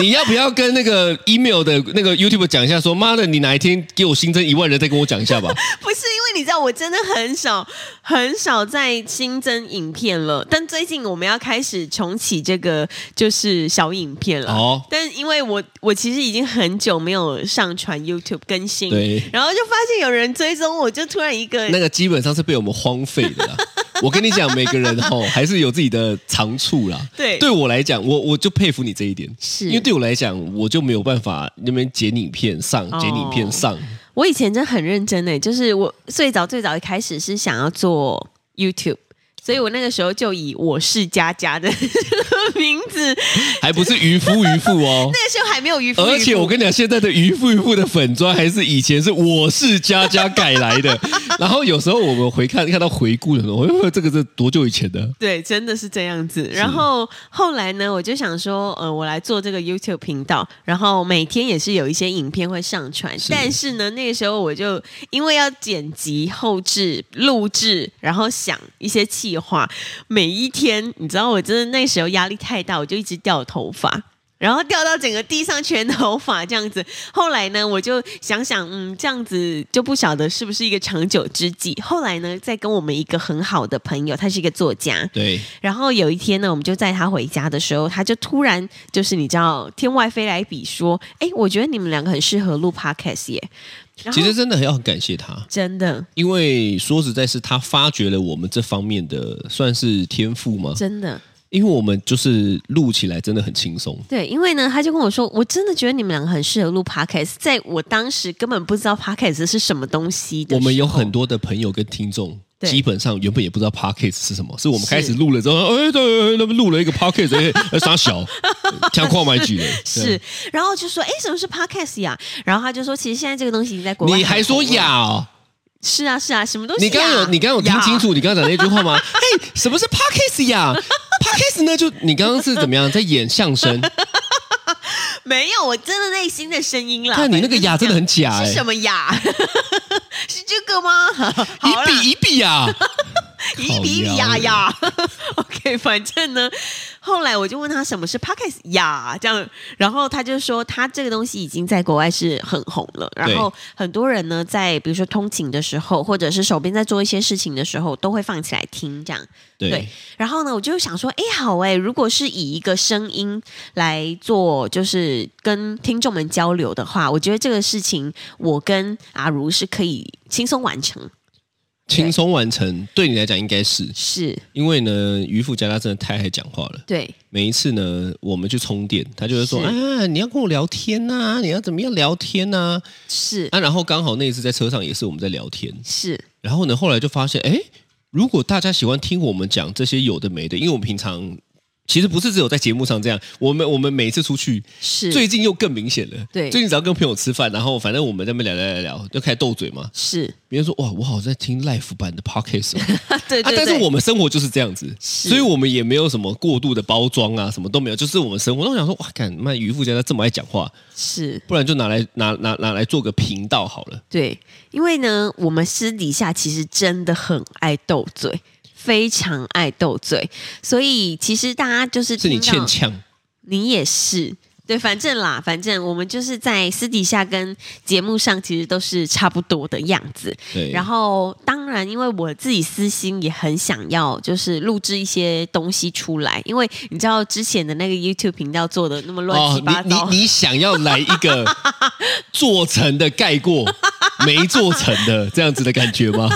Speaker 3: 你要不要跟那个 email 的那个 YouTube 讲一下说妈的，你哪一天给我新增一万人，再跟我讲
Speaker 2: *laughs*
Speaker 3: 一下吧？
Speaker 2: 不是因为你知道我真的很少很少在新增影片了，但最近我们要开始重启这个就是小影片了。
Speaker 3: 哦
Speaker 2: 但因为我我其实已经很久没有上传 YouTube 更新，
Speaker 3: 对
Speaker 2: 然后就发现有人追踪我，就突然一个
Speaker 3: 那个基本上是被我们荒废的啦。我跟你讲，每个人吼还是有自己的长处啦。
Speaker 2: 对
Speaker 3: 对我来讲，我我就佩服你这一点，
Speaker 2: 是
Speaker 3: 因为对我来讲，我就没有办法那边剪影片上，
Speaker 2: 哦
Speaker 3: 剪影片上。
Speaker 2: 我以前真的很认真诶，就是我最早最早一开始是想要做 YouTube。所以我那个时候就以我是佳佳的 *laughs* 这个名字，
Speaker 3: 还不是渔夫渔夫哦。
Speaker 2: 那个时候还没有渔夫渔夫，
Speaker 3: 而且我跟你讲，现在的渔夫渔夫的粉砖还是以前是我是佳佳改来 *laughs* 的。然后有时候我们回看看到回顾的时候，哎这个是多久以前的？
Speaker 2: 对，真的是这样子。然后后来呢，我就想说，呃，我来做这个 YouTube 频道，然后每天也是有一些影片会上传。但是呢，那个时候我就因为要剪辑、后置、录制，然后想一些企划，每一天，你知道，我真的那时候压力太大，我就一直掉头发。然后掉到整个地上全头发这样子，后来呢，我就想想，嗯，这样子就不晓得是不是一个长久之计。后来呢，再跟我们一个很好的朋友，他是一个作家，
Speaker 3: 对，
Speaker 2: 然后有一天呢，我们就在他回家的时候，他就突然就是你知道天外飞来笔说，哎，我觉得你们两个很适合录 podcast 耶。然后
Speaker 3: 其实真的很要很感谢他，
Speaker 2: 真的
Speaker 3: 因为说实在是他发掘了我们这方面的算是天赋吗？
Speaker 2: 真的
Speaker 3: 因为我们就是录起来真的很轻松。
Speaker 2: 对，因为呢，他就跟我说，我真的觉得你们两个很适合录 podcast，在我当时根本不知道 podcast 是什么东西的
Speaker 3: 我们有
Speaker 2: 时候
Speaker 3: 很多的朋友跟听众，
Speaker 2: 对
Speaker 3: 基本上原本也不知道 podcast 是什么，是我们
Speaker 2: 是
Speaker 3: 开始录了之后，哎，对，那么录了一个 podcast，哎哎，
Speaker 2: *laughs*
Speaker 3: 傻小，像矿买举的，
Speaker 2: 是，然后就说，哎，什么是 podcast 呀？然后他就说，其实现在这个东西已经在国
Speaker 3: 对。
Speaker 2: 外，
Speaker 3: 你还说？哑哦？
Speaker 2: 是啊，是啊，什么东西呀？
Speaker 3: 你刚刚有你刚刚有听
Speaker 2: 呀
Speaker 3: 清？楚你刚刚讲那句
Speaker 2: *laughs*
Speaker 3: 话吗？嘿，什么是 podcast 呀？podcast 呢？就你刚刚是怎么样在演相声？
Speaker 2: 没有，我真的内心的声音啦。
Speaker 3: 但你那个
Speaker 2: 反正
Speaker 3: 哑真的很假哎
Speaker 2: 是，什么呀？ *laughs* 是这个吗？ *laughs* 好
Speaker 3: *laughs* 一
Speaker 2: 啦，
Speaker 3: 比一比
Speaker 2: *laughs*
Speaker 3: 啊呀，
Speaker 2: 一比一比呀呀。OK，反 *laughs* 正呢，后来我就问他什么是 Podcast 呀，这样，然后他就说他这个东西已经在国外是很红了，然后很多人呢在比如说通勤的时候，或者是手边在做一些事情的时候，都会放起来听这样。
Speaker 3: 对
Speaker 2: 对，然后呢，我就想说，哎，好哎，如果是以一个声音来做，就是跟听众们交流的话，我觉得这个事情我跟阿如是可以轻松完成。
Speaker 3: 轻松完成，对你来讲应该是，
Speaker 2: 是，
Speaker 3: 因为呢，渔夫家他真的太爱讲话了。
Speaker 2: 对，
Speaker 3: 每一次呢，我们去充电，他就会说：“
Speaker 2: 是
Speaker 3: 啊，你要跟我聊天呐、你要怎么样聊天呐、
Speaker 2: 是
Speaker 3: 啊？”然后刚好那一次在车上也是我们在聊天，
Speaker 2: 是，
Speaker 3: 然后呢，后来就发现，哎，如果大家喜欢听我们讲这些有的没的，因为我们平常其实不是只有在节目上这样，我们我们每次出去，
Speaker 2: 是
Speaker 3: 最近又更明显了。
Speaker 2: 对
Speaker 3: 最近只要跟朋友吃饭，然后反正我们在那边聊聊聊聊，就开始斗嘴嘛。
Speaker 2: 是，
Speaker 3: 别人说哇，我好像在听 live 版的 podcast 哦、
Speaker 2: *laughs* 对对，
Speaker 3: 啊
Speaker 2: 对、
Speaker 3: 但是我们生活就是这样子，所以我们也没有什么过度的包装啊，什么都没有，就是我们生活。那我想说，哇，干妈渔夫家他这么爱讲话，
Speaker 2: 是
Speaker 3: 不然就拿来拿拿拿来做个频道好了。
Speaker 2: 对，因为呢，我们私底下其实真的很爱斗嘴，非常爱斗嘴，所以其实大家就是
Speaker 3: 是你
Speaker 2: 听到
Speaker 3: 欠呛，
Speaker 2: 你也是。对，反正啦，反正我们就是在私底下跟节目上其实都是差不多的样子。
Speaker 3: 对，
Speaker 2: 然后，当然，因为我自己私心也很想要，就是录制一些东西出来，因为你知道之前的那个 YouTube 频道做的那么乱七八糟，
Speaker 3: 哦、你你你想要来一
Speaker 2: *laughs*
Speaker 3: 个做成的盖过没做成的这样子的感觉
Speaker 2: *laughs*
Speaker 3: 吗？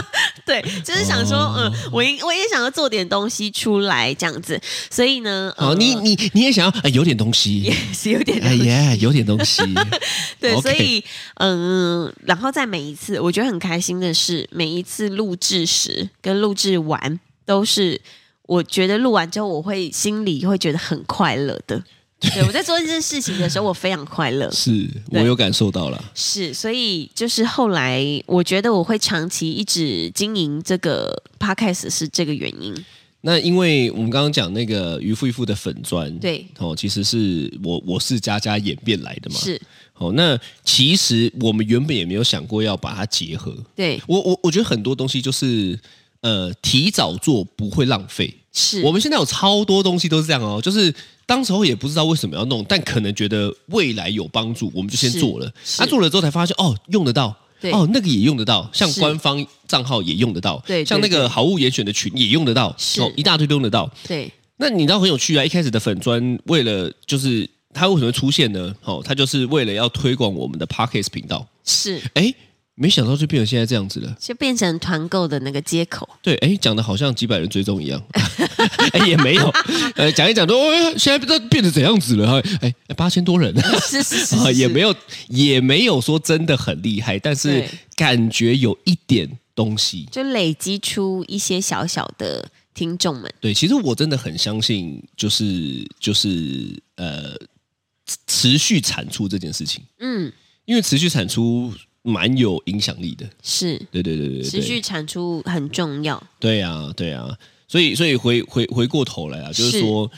Speaker 2: 对，就是想说，
Speaker 3: 哦
Speaker 2: 嗯、我应我也想要做点东西出来这样子，所以呢，呃
Speaker 3: 哦，你你你也想要、哎、有点东
Speaker 2: *laughs*
Speaker 3: 西
Speaker 2: 也，是有点
Speaker 3: 哎呀，有点东西，
Speaker 2: *laughs* 对
Speaker 3: OK
Speaker 2: 所以嗯，然后在每一次，我觉得很开心的是，每一次录制时跟录制完都是。我觉得录完之后，我会心里会觉得很快乐的。对我在做这件事情的时候，我非常快乐。
Speaker 3: 是我
Speaker 2: 对
Speaker 3: 有感受到了。
Speaker 2: 是，所以就是后来，我觉得我会长期一直经营这个 podcast 是这个原因。
Speaker 3: 那因为我们刚刚讲那个渔夫渔夫的粉砖，
Speaker 2: 对
Speaker 3: 哦，其实是我我是佳佳演变来的嘛，
Speaker 2: 是
Speaker 3: 哦。那其实我们原本也没有想过要把它结合。
Speaker 2: 对，
Speaker 3: 我我我觉得很多东西就是呃提早做不会浪费，
Speaker 2: 是
Speaker 3: 我们现在有超多东西都是这样哦，就是当时候也不知道为什么要弄，但可能觉得未来有帮助，我们就先
Speaker 2: 是
Speaker 3: 做了。
Speaker 2: 是
Speaker 3: 他、做了之后才发现，哦，用得到。
Speaker 2: 对
Speaker 3: 哦，那个也用得到，像
Speaker 2: 是
Speaker 3: 官方账号也用得到，
Speaker 2: 对对
Speaker 3: 像那
Speaker 2: 对
Speaker 3: 个好物严选的群也用得到，
Speaker 2: 是
Speaker 3: 哦，一大堆都用得到。
Speaker 2: 对，
Speaker 3: 那你知道很有趣啊！一开始的粉砖为了就是它为什么会出现呢？哦，它就是为了要推广我们的 Parkes 频道。
Speaker 2: 是
Speaker 3: 哎，没想到就变成现在这样子了。
Speaker 2: 就变成团购的那个接口。
Speaker 3: 对，哎，讲的好像几百人追踪一样， *laughs* 哎，也没有，呃，讲一讲都，哎，现在都变得怎样子了？哎，哎八千多人
Speaker 2: 是是是
Speaker 3: *laughs* 啊，
Speaker 2: 是
Speaker 3: 也没有，也没有说真的很厉害，但是
Speaker 2: 对
Speaker 3: 感觉有一点东西。
Speaker 2: 就累积出一些小小的听众们。
Speaker 3: 对，其实我真的很相信、就是，就是呃，持续产出这件事情，
Speaker 2: 嗯，
Speaker 3: 因为持续产出蛮有影响力的。
Speaker 2: 是
Speaker 3: 对对对对对，
Speaker 2: 持续产出很重要。
Speaker 3: 对啊，对啊，所以所以回回回过头来啊，就是
Speaker 2: 是
Speaker 3: 说，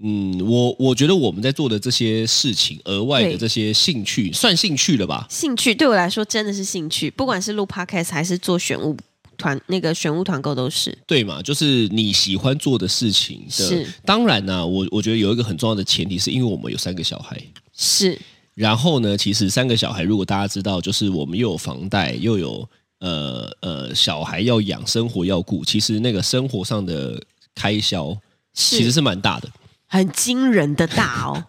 Speaker 3: 嗯，我我觉得我们在做的这些事情，额外的
Speaker 2: 对
Speaker 3: 这些兴趣，算兴趣了吧？
Speaker 2: 兴趣对我来说真的是兴趣，不管是录 podcast 还是做选物团那个选物团购都是。
Speaker 3: 对嘛，就是你喜欢做的事情的。
Speaker 2: 是
Speaker 3: 当然呢、我我觉得有一个很重要的前提，是因为我们有三个小孩。
Speaker 2: 是
Speaker 3: 然后呢，其实三个小孩，如果大家知道，就是我们又有房贷，又有呃呃小孩要养，生活要顾，其实那个生活上的开销其实
Speaker 2: 是
Speaker 3: 是蛮大的，
Speaker 2: 很惊人的大
Speaker 3: *laughs*
Speaker 2: 哦。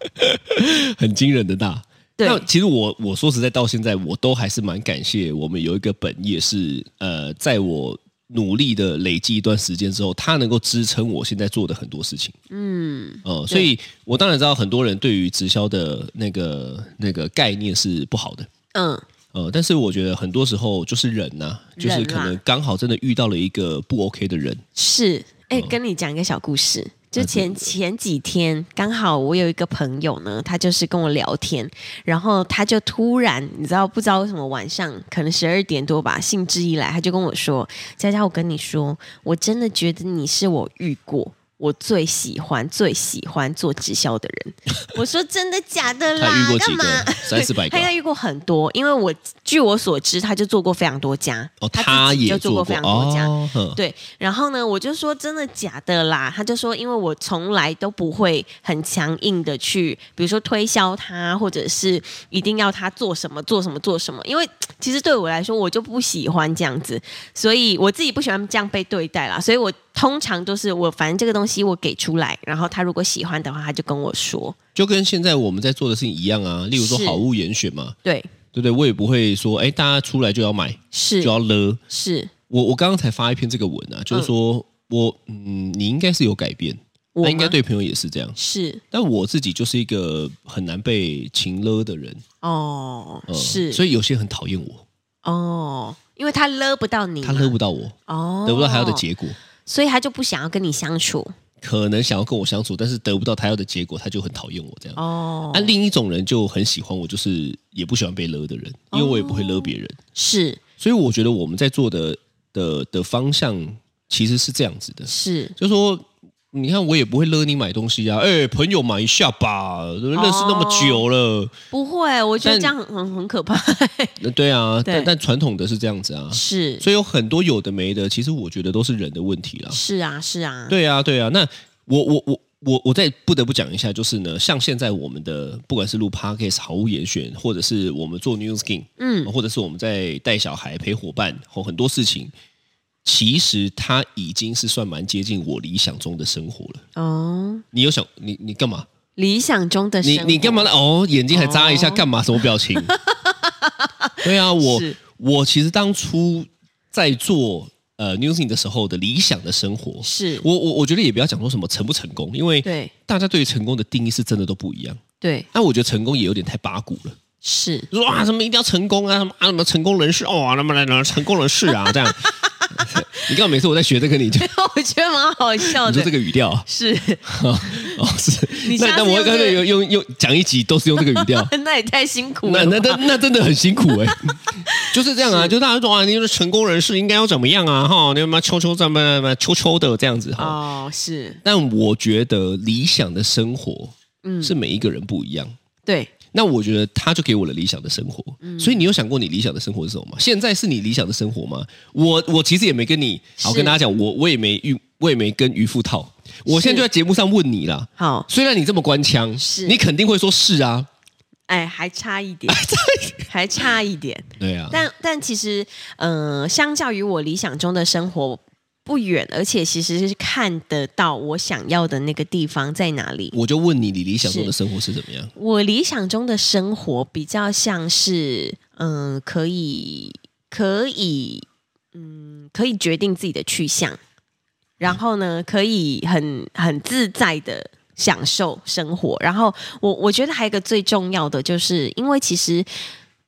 Speaker 3: 很惊人的大。那
Speaker 2: 对，
Speaker 3: 其实我我说实在，到现在我都还是蛮感谢我们有一个本业是呃，在我努力的累积一段时间之后，它能够支撑我现在做的很多事情。
Speaker 2: 嗯，
Speaker 3: 呃，所以我当然知道很多人对于直销的那个那个概念是不好的。
Speaker 2: 嗯，
Speaker 3: 呃，但是我觉得很多时候就是人呐、就是
Speaker 2: 人
Speaker 3: 可
Speaker 2: 啦
Speaker 3: 能刚好真的遇到了一个不 OK 的人，
Speaker 2: 是。哎，
Speaker 3: 嗯
Speaker 2: 跟你讲一个小故事。
Speaker 3: 哎
Speaker 2: 就前前几天，刚好我有一个朋友呢，他就是跟我聊天，然后他就突然，你知道不知道为什么晚上可能十二点多吧，兴致一来，他就跟我说：“佳佳，我跟你说，我真的觉得你是我遇过我最喜欢、最喜欢做直销的人。”
Speaker 3: *laughs*
Speaker 2: 我说：“真的假的啦？
Speaker 3: 他遇过几
Speaker 2: 啊干嘛
Speaker 3: 个？ *laughs* 三四百个
Speaker 2: 他应该遇过很多，因为我据我所知，他就做过非常多家，
Speaker 3: 哦，
Speaker 2: 自己
Speaker 3: 也
Speaker 2: 就做
Speaker 3: 过
Speaker 2: 非常多家。
Speaker 3: 哦，哼
Speaker 2: 对，然后呢，我就说真的假的啦？他就说，因为我从来都不会很强硬的去，比如说推销他，或者是一定要他做什么做什么做什么，因为其实对我来说，我就不喜欢这样子，所以我自己不喜欢这样被对待啦，所以我通常都是我反正这个东西我给出来，然后他如果喜欢的话，他就跟我说，
Speaker 3: 就跟现在我们在做的事情一样啊，例如说
Speaker 2: 是
Speaker 3: 好物严选嘛，
Speaker 2: 对，
Speaker 3: 对不对？我也不会说，哎，大家出来就要买，
Speaker 2: 是
Speaker 3: 就要勒。
Speaker 2: 是，
Speaker 3: 我我刚刚才发一篇这个文啊，就是说、我嗯，你应该是有改变，
Speaker 2: 嗯我
Speaker 3: 那应该
Speaker 2: 吗
Speaker 3: 对朋友也是这样。
Speaker 2: 是
Speaker 3: 但我自己就是一个很难被情勒的人，
Speaker 2: 哦，
Speaker 3: 嗯
Speaker 2: 是，
Speaker 3: 所
Speaker 2: 以
Speaker 3: 以有些人很讨厌我，
Speaker 2: 哦，因为他勒不到你嘛，
Speaker 3: 他勒不到我，
Speaker 2: 哦，
Speaker 3: 得不到他要的结果。
Speaker 2: 所以他就不想要跟你相处。
Speaker 3: 可能想要跟我相处，但是得不到他要的结果，他就很讨厌我这样。
Speaker 2: 哦
Speaker 3: 啊，，另一种人就很喜欢我，就是也不喜欢被勒的人，因为我也不会
Speaker 2: 哦
Speaker 3: 勒别人。
Speaker 2: 是
Speaker 3: 所以我觉得我们在做的的的方向其实是这样子的，
Speaker 2: 是，
Speaker 3: 就说你看我也不会勒你买东西啊，哎、朋友买一下吧，认识那么久了，
Speaker 2: 不会，我觉得
Speaker 3: 但
Speaker 2: 这样很很很可怕。
Speaker 3: 那对啊，
Speaker 2: 对
Speaker 3: 但但传统的是这样子啊，
Speaker 2: *laughs* 是
Speaker 3: 所以有很多有的没的，其实我觉得都是人的问题啦。
Speaker 2: 是啊是啊，
Speaker 3: 对啊，对啊，那我我我。我我再不得不讲一下，就是呢，像现在我们的不管是录 podcast 好物严选，或者是我们做 news skin，
Speaker 2: 嗯，
Speaker 3: 或者是我们在带小孩、陪伙伴，或很多事情，其实它已经是算蛮接近我理想中的生活了。
Speaker 2: 哦，
Speaker 3: 你有想你你干嘛？
Speaker 2: 理想中的
Speaker 3: 你
Speaker 2: 生
Speaker 3: 你干嘛
Speaker 2: 活
Speaker 3: 呢？哦，眼睛还眨一下，
Speaker 2: 哦
Speaker 3: 干嘛？什么表情？
Speaker 2: *laughs*
Speaker 3: 对啊，我
Speaker 2: 是
Speaker 3: 我其实当初在做呃 newsing 的时候的理想的生活，
Speaker 2: 是？
Speaker 3: 我我我觉得也不要讲说什么成不成功，因为
Speaker 2: 对
Speaker 3: 大家对于成功的定义是真的都不一样。
Speaker 2: 对
Speaker 3: 那、我觉得成功也有点太八股了。
Speaker 2: 是 *laughs*
Speaker 3: 就说啊什么一定要成功啊，什么啊什么成功人士哦，啊那么来来成功人士啊，这样。 *laughs* 你看每次我在学这个，你就
Speaker 2: 我觉得蛮好笑
Speaker 3: 你
Speaker 2: 的
Speaker 3: 说这。个语调啊
Speaker 2: 是， *laughs*
Speaker 3: 哦是
Speaker 2: 哦你，下
Speaker 3: 那
Speaker 2: 次
Speaker 3: 那我会
Speaker 2: 用这
Speaker 3: 干脆
Speaker 2: 个，
Speaker 3: 用用用讲一集都是用这个语调
Speaker 2: 那也太辛苦
Speaker 3: 那
Speaker 2: 了。
Speaker 3: 那
Speaker 2: *laughs*
Speaker 3: 那那真的很辛苦哎、 *laughs* 就是这样啊，就大家说啊，你是成功人士应该要怎么样啊哈，你妈秋秋怎么怎么秋秋的这样子哈。
Speaker 2: 哦，是
Speaker 3: 但我觉得理想的生活，
Speaker 2: 嗯
Speaker 3: 是每一个人不一样。
Speaker 2: 对，
Speaker 3: 那我觉得他就给我了理想的生活，
Speaker 2: 嗯
Speaker 3: 所以你有想过你理想的生活是什么吗？现在是你理想的生活吗？我我其实也没跟你，好
Speaker 2: 是
Speaker 3: 跟大家讲，我我也没遇，我也没跟渔夫套，我现在就在节目上问你啦。
Speaker 2: 好，
Speaker 3: 虽然你这么官腔，
Speaker 2: 是
Speaker 3: 你肯定会说是啊，
Speaker 2: 哎，还差一
Speaker 3: *laughs*
Speaker 2: 点，还差一点。
Speaker 3: 对啊，
Speaker 2: 但但其实，嗯、相较于我理想中的生活不远，而且其实是看得到我想要的那个地方在哪里。
Speaker 3: 我就问你，你理想中的生活是怎么样？
Speaker 2: 我理想中的生活比较像是，嗯、可以可以，嗯，可以决定自己的去向，然后呢，可以很很自在的。享受生活，然后我我觉得还有一个最重要的，就是因为其实，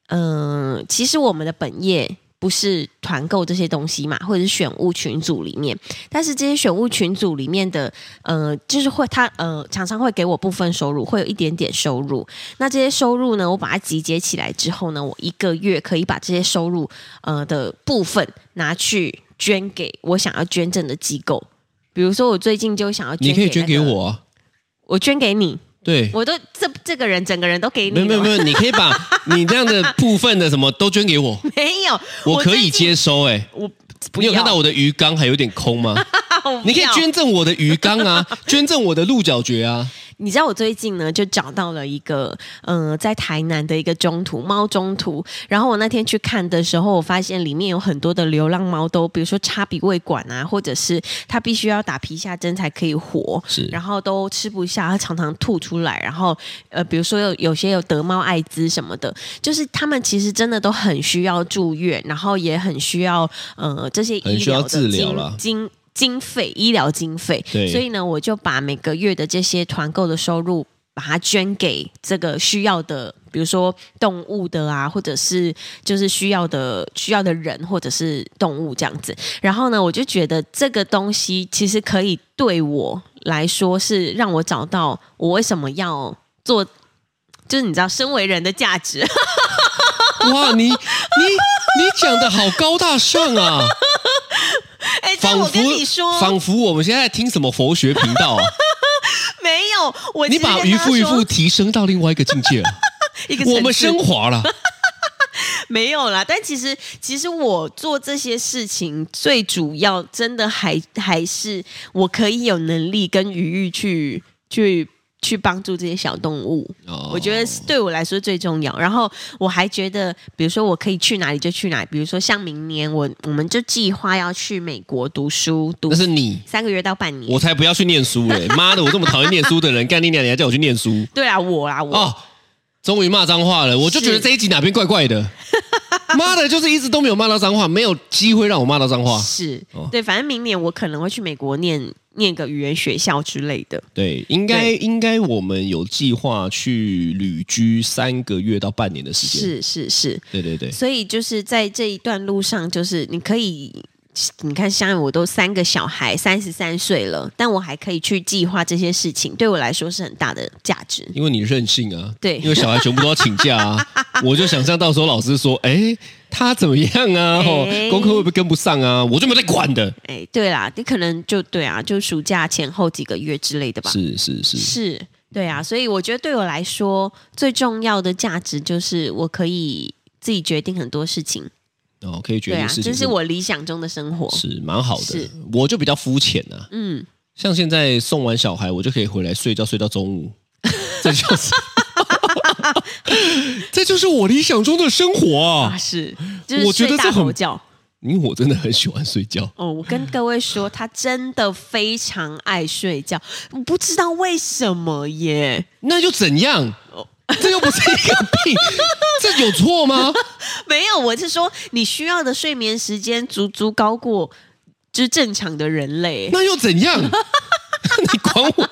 Speaker 2: 嗯、其实我们的本业不是团购这些东西嘛，或者是选物群组里面，但是这些选物群组里面的，呃，就是会他呃，厂商会给我部分收入，会有一点点收入。那这些收入呢，我把它集结起来之后呢，我一个月可以把这些收入呃的部分拿去捐给我想要捐赠的机构。比如说，我最近就想要捐、
Speaker 3: 你可以捐给，我啊，
Speaker 2: 我捐给你，
Speaker 3: 对，
Speaker 2: 我都这这个人整个人都给你
Speaker 3: 没
Speaker 2: 了，
Speaker 3: 有没有没有，你可以把 *laughs* 你这样的部分的什么都捐
Speaker 2: *laughs*
Speaker 3: 给我，
Speaker 2: 没有，
Speaker 3: 我可以
Speaker 2: 最近，
Speaker 3: 接收哎、
Speaker 2: 我不
Speaker 3: 你有看到
Speaker 2: 我
Speaker 3: 我的鱼缸还有点空
Speaker 2: *laughs*
Speaker 3: 吗？
Speaker 2: 不
Speaker 3: 你可以
Speaker 2: 要
Speaker 3: 捐赠我的鱼缸
Speaker 2: *laughs*
Speaker 3: 啊，捐赠我的鹿角蕨啊。
Speaker 2: 你知道我最近呢，就找到了一个，呃，在台南的一个中途猫中途。然后我那天去看的时候，我发现里面有很多的流浪猫都，比如说插鼻胃管啊，或者是它必须要打皮下针才可以活，
Speaker 3: 是
Speaker 2: 然后都吃不下，它常常吐出来。然后，呃，比如说有有些有得猫艾滋什么的，就是他们其实真的都很需要住院，然后也很需要，呃，这些
Speaker 3: 很
Speaker 2: 医
Speaker 3: 需要
Speaker 2: 疗的
Speaker 3: 治疗
Speaker 2: 经
Speaker 3: 啦
Speaker 2: 经经费、医疗经费。
Speaker 3: 对
Speaker 2: 所以呢，我就把每个月的这些团购的收入，把它捐给这个需要的，比如说动物的啊，或者是就是需要的需要的人或者是动物这样子。然后呢，我就觉得这个东西其实可以对我来说是让我找到我为什么要做。就是你知道，身为人的价值， *laughs*
Speaker 3: 哇，你你你讲的好高大
Speaker 2: *laughs*
Speaker 3: 上啊，
Speaker 2: 哎、这
Speaker 3: 仿
Speaker 2: 我
Speaker 3: 佛
Speaker 2: 跟你说，
Speaker 3: 仿佛我们现在在听什么佛学频
Speaker 2: *laughs*
Speaker 3: 道啊？
Speaker 2: 没有，我
Speaker 3: 你
Speaker 2: 其实
Speaker 3: 把
Speaker 2: 跟
Speaker 3: 渔
Speaker 2: 他
Speaker 3: 夫渔
Speaker 2: 说
Speaker 3: 夫提升到另外一个境界了，
Speaker 2: *laughs* 一个
Speaker 3: 我
Speaker 2: 层
Speaker 3: 们
Speaker 2: 次
Speaker 3: 升华了。
Speaker 2: 没有啦，但其实其实我做这些事情，最主要真的还还是我可以有能力跟余裕去去去帮助这些小动物。
Speaker 3: 哦
Speaker 2: 我觉得是对我来说最重要。然后我还觉得，比如说我可以去哪里就去哪里，比如说像明年我我们就计划要去美国读书，读
Speaker 3: 那是你，
Speaker 2: 三个月到半年
Speaker 3: 我。才不要去念书 *laughs* 嘞！妈的，我这么讨厌念书的人，干你娘！你还叫我去念 *laughs* 书
Speaker 2: 对啊，我啦，我、
Speaker 3: 哦？终于骂脏话了，我就是觉得这一集哪边怪怪 *laughs* 的。妈的，就是一直都没有骂到脏话，没有机会让我骂到脏话。
Speaker 2: 是、
Speaker 3: 哦
Speaker 2: 对，反正明年我可能会去美国念念个语言学校之类的。
Speaker 3: 对，应该应该我们有计划去旅居三个月到半年的时间。
Speaker 2: 是是是，
Speaker 3: 对对对，
Speaker 2: 所以就是在这一段路上，就是你可以你看，像我都三个小孩，三十三岁了，但我还可以去计划这些事情，对我来说是很大的价值。
Speaker 3: 因为你任性啊，
Speaker 2: 对
Speaker 3: 因为小孩全部都要请
Speaker 2: *laughs*
Speaker 3: 假啊，我就想象到时候老师说，哎，他怎么样啊？哦
Speaker 2: 哎，
Speaker 3: 功课会不会跟不上啊？我就没有在管的，
Speaker 2: 哎，对啦，你可能就对啊，就暑假前后几个月之类的吧。
Speaker 3: 是是是，
Speaker 2: 是，对啊，所以我觉得对我来说最重要的价值就是我可以自己决定很多事情。
Speaker 3: 哦，可以决
Speaker 2: 对
Speaker 3: 定
Speaker 2: 啊，
Speaker 3: 事情，
Speaker 2: 这是我理想中的生活。
Speaker 3: 是蛮好的
Speaker 2: 是，
Speaker 3: 我就比较肤浅啊，
Speaker 2: 嗯，
Speaker 3: 像现在送完小孩，我就可以回来睡觉，睡到中
Speaker 2: *laughs*
Speaker 3: 午，这就是 *laughs* 这就是我理想中的生活
Speaker 2: 啊
Speaker 3: 啊！
Speaker 2: 是，就是
Speaker 3: 我觉得
Speaker 2: 睡
Speaker 3: 这
Speaker 2: 大
Speaker 3: 很
Speaker 2: 吼觉。
Speaker 3: 因为我真的很喜欢睡觉，
Speaker 2: 哦，我跟各位说，他真的非常爱睡觉，我不知道为什么耶。
Speaker 3: 那又怎样？
Speaker 2: 哦
Speaker 3: 这又不是一个
Speaker 2: *laughs*
Speaker 3: 病，这有错吗？
Speaker 2: 没有，我是说你需要的睡眠时间足足高过就是正常的人类。
Speaker 3: 那又怎样？ *laughs* 你管我？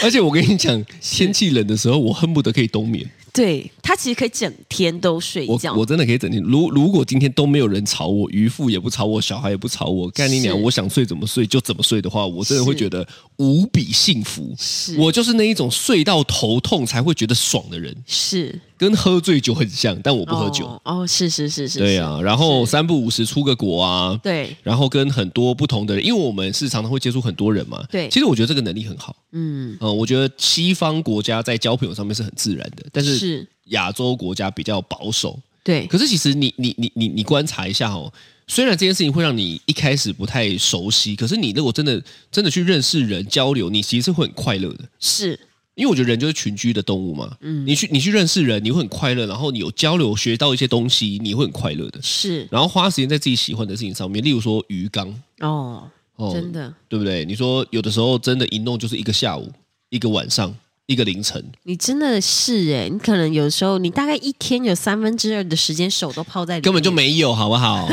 Speaker 3: 而且我跟你讲，天气冷的时候，我恨不得可以冬眠。
Speaker 2: 对他其实可以整天都睡
Speaker 3: 我
Speaker 2: 觉。
Speaker 3: 我真的可以整天。如如果今天都没有人吵我，渔夫也不吵我，小孩也不吵我，干你娘！
Speaker 2: 是
Speaker 3: 我想睡怎么睡就怎么睡的话，我真的会
Speaker 2: 是
Speaker 3: 觉得无比幸福。
Speaker 2: 是
Speaker 3: 我就是那一种睡到头痛才会觉得爽的人，
Speaker 2: 是
Speaker 3: 跟喝醉酒很像，但我不喝酒。
Speaker 2: 哦，哦是是是是，
Speaker 3: 对
Speaker 2: 是
Speaker 3: 啊，然后
Speaker 2: 是
Speaker 3: 三不五时出个国啊，
Speaker 2: 对，
Speaker 3: 然后跟很多不同的人，因为我们是常常会接触很多人嘛。
Speaker 2: 对
Speaker 3: 其实我觉得这个能力很好。
Speaker 2: 嗯，
Speaker 3: 嗯，我觉得西方国家在交朋友上面是很自然的，但是
Speaker 2: 是，
Speaker 3: 亚洲国家比较保守。
Speaker 2: 对，
Speaker 3: 可是其实你你你你你观察一下哦，虽然这件事情会让你一开始不太熟悉，可是你如果真的真的去认识人交流，你其实是会很快乐的。
Speaker 2: 是
Speaker 3: 因为我觉得人就是群居的动物嘛，
Speaker 2: 嗯
Speaker 3: 你去你去认识人，你会很快乐，然后你有交流学到一些东西，你会很快乐的。
Speaker 2: 是
Speaker 3: 然后花时间在自己喜欢的事情上面，例如说鱼缸，
Speaker 2: 哦，
Speaker 3: 哦，
Speaker 2: 真的，
Speaker 3: 对不对？你说有的时候真的，一弄就是一个下午、一个晚上、一个凌晨，
Speaker 2: 你真的是哎，你可能有时候你大概一天有三分之二的时间手都泡在里面，
Speaker 3: 根本就没有，好
Speaker 2: *laughs*
Speaker 3: 不好？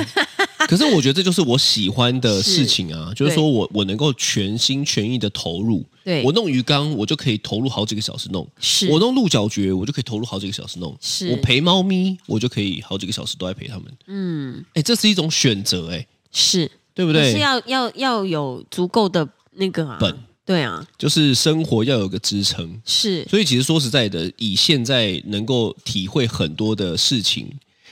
Speaker 3: 可是我觉得这就是我喜欢的事情啊，就是说我我能够全心全意的投入。
Speaker 2: 对
Speaker 3: 我弄鱼缸，我就可以投入好几个小时弄；
Speaker 2: 是，
Speaker 3: 我弄鹿角蕨，我就可以投入好几个小时弄；
Speaker 2: 是
Speaker 3: 我陪猫咪，我就可以好几个小时都在陪它们。
Speaker 2: 嗯
Speaker 3: 哎，这是一种选择，哎，
Speaker 2: 是，
Speaker 3: 对不
Speaker 2: 可是
Speaker 3: 对？
Speaker 2: 要要要有足够的那个啊，
Speaker 3: 本
Speaker 2: 对啊，
Speaker 3: 就是生活要有个支撑。
Speaker 2: 是
Speaker 3: 所以其实说实在的，以现在能够体会很多的事情，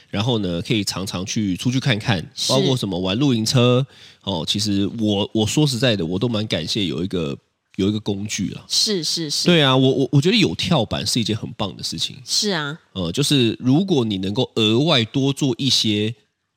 Speaker 3: 然后呢，可以常常去出去看看，
Speaker 2: 是
Speaker 3: 包括什么玩露营车哦。其实我我说实在的，我都蛮感谢有一个有一个工具了。
Speaker 2: 是是是，
Speaker 3: 对啊，我我我觉得有跳板是一件很棒的事情。
Speaker 2: 是啊，
Speaker 3: 呃，就是如果你能够额外多做一些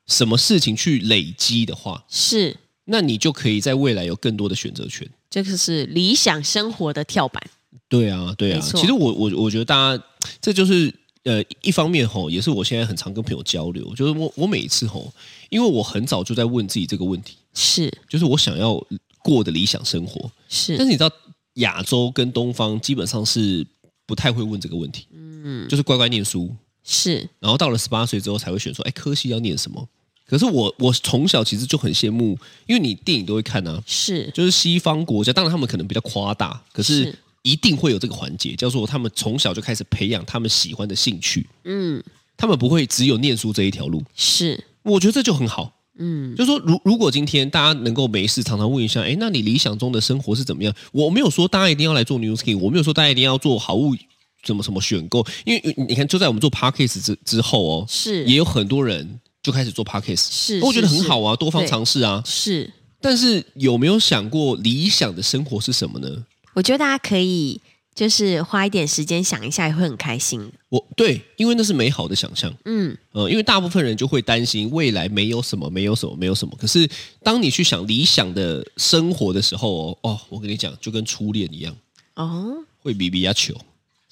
Speaker 3: 什么事情去累积的话，
Speaker 2: 是，
Speaker 3: 那你就可以在未来有更多的选择权。
Speaker 2: 这个是理想生活的跳板，
Speaker 3: 对啊，对啊。
Speaker 2: 没错
Speaker 3: 其实我我我觉得大家这就是呃一方面吼，也是我现在很常跟朋友交流，就是我我每一次吼，因为我很早就在问自己这个问题，
Speaker 2: 是
Speaker 3: 就是我想要过的理想生活。但是
Speaker 2: 是
Speaker 3: 你知道，亚洲跟东方基本上是不太会问这个问题，嗯，就是乖乖念书，
Speaker 2: 是
Speaker 3: 然后到了十八岁之后才会选说，哎，科系要念什么。可是我我从小其实就很羡慕，因为你电影都会看啊，
Speaker 2: 是
Speaker 3: 就是西方国家，当然他们可能比较夸大，可是
Speaker 2: 是
Speaker 3: 一定会有这个环节，叫做他们从小就开始培养他们喜欢的兴趣，
Speaker 2: 嗯
Speaker 3: 他们不会只有念书这一条路。
Speaker 2: 是
Speaker 3: 我觉得这就很好，
Speaker 2: 嗯
Speaker 3: 就说如如果今天大家能够没事常常问一下，哎，那你理想中的生活是怎么样？我没有说大家一定要来做 New Skin，我没有说大家一定要做好物什么什么选购，因为你看就在我们做 Parkes 之之后哦，
Speaker 2: 是
Speaker 3: 也有很多人就开始做 Parkes，
Speaker 2: 是
Speaker 3: 我觉得
Speaker 2: 是
Speaker 3: 很
Speaker 2: 是
Speaker 3: 好啊，多方
Speaker 2: 对
Speaker 3: 尝试啊。
Speaker 2: 是，
Speaker 3: 但是有没有想过理想的生活是什么呢？
Speaker 2: 我觉得大家可以就是花一点时间想一下，也会很开心的。
Speaker 3: 我对，因为那是美好的想象。
Speaker 2: 嗯，
Speaker 3: 呃，因为大部分人就会担心未来没有什么，没有什么，没有什么。可是当你去想理想的生活的时候哦，哦，我跟你讲，就跟初恋一样，
Speaker 2: 哦，
Speaker 3: 会比比亚球。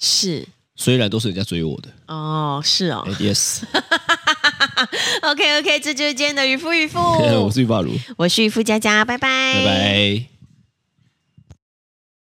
Speaker 2: 是
Speaker 3: 虽然都是人家追我的、
Speaker 2: 哦，是哦
Speaker 3: 哎。，yes，
Speaker 2: OK OK，这就是今天的渔夫渔夫，
Speaker 3: *laughs*
Speaker 2: 哦
Speaker 3: 我是玉霸如，
Speaker 2: 我是渔夫佳佳，拜拜，
Speaker 3: 拜。拜。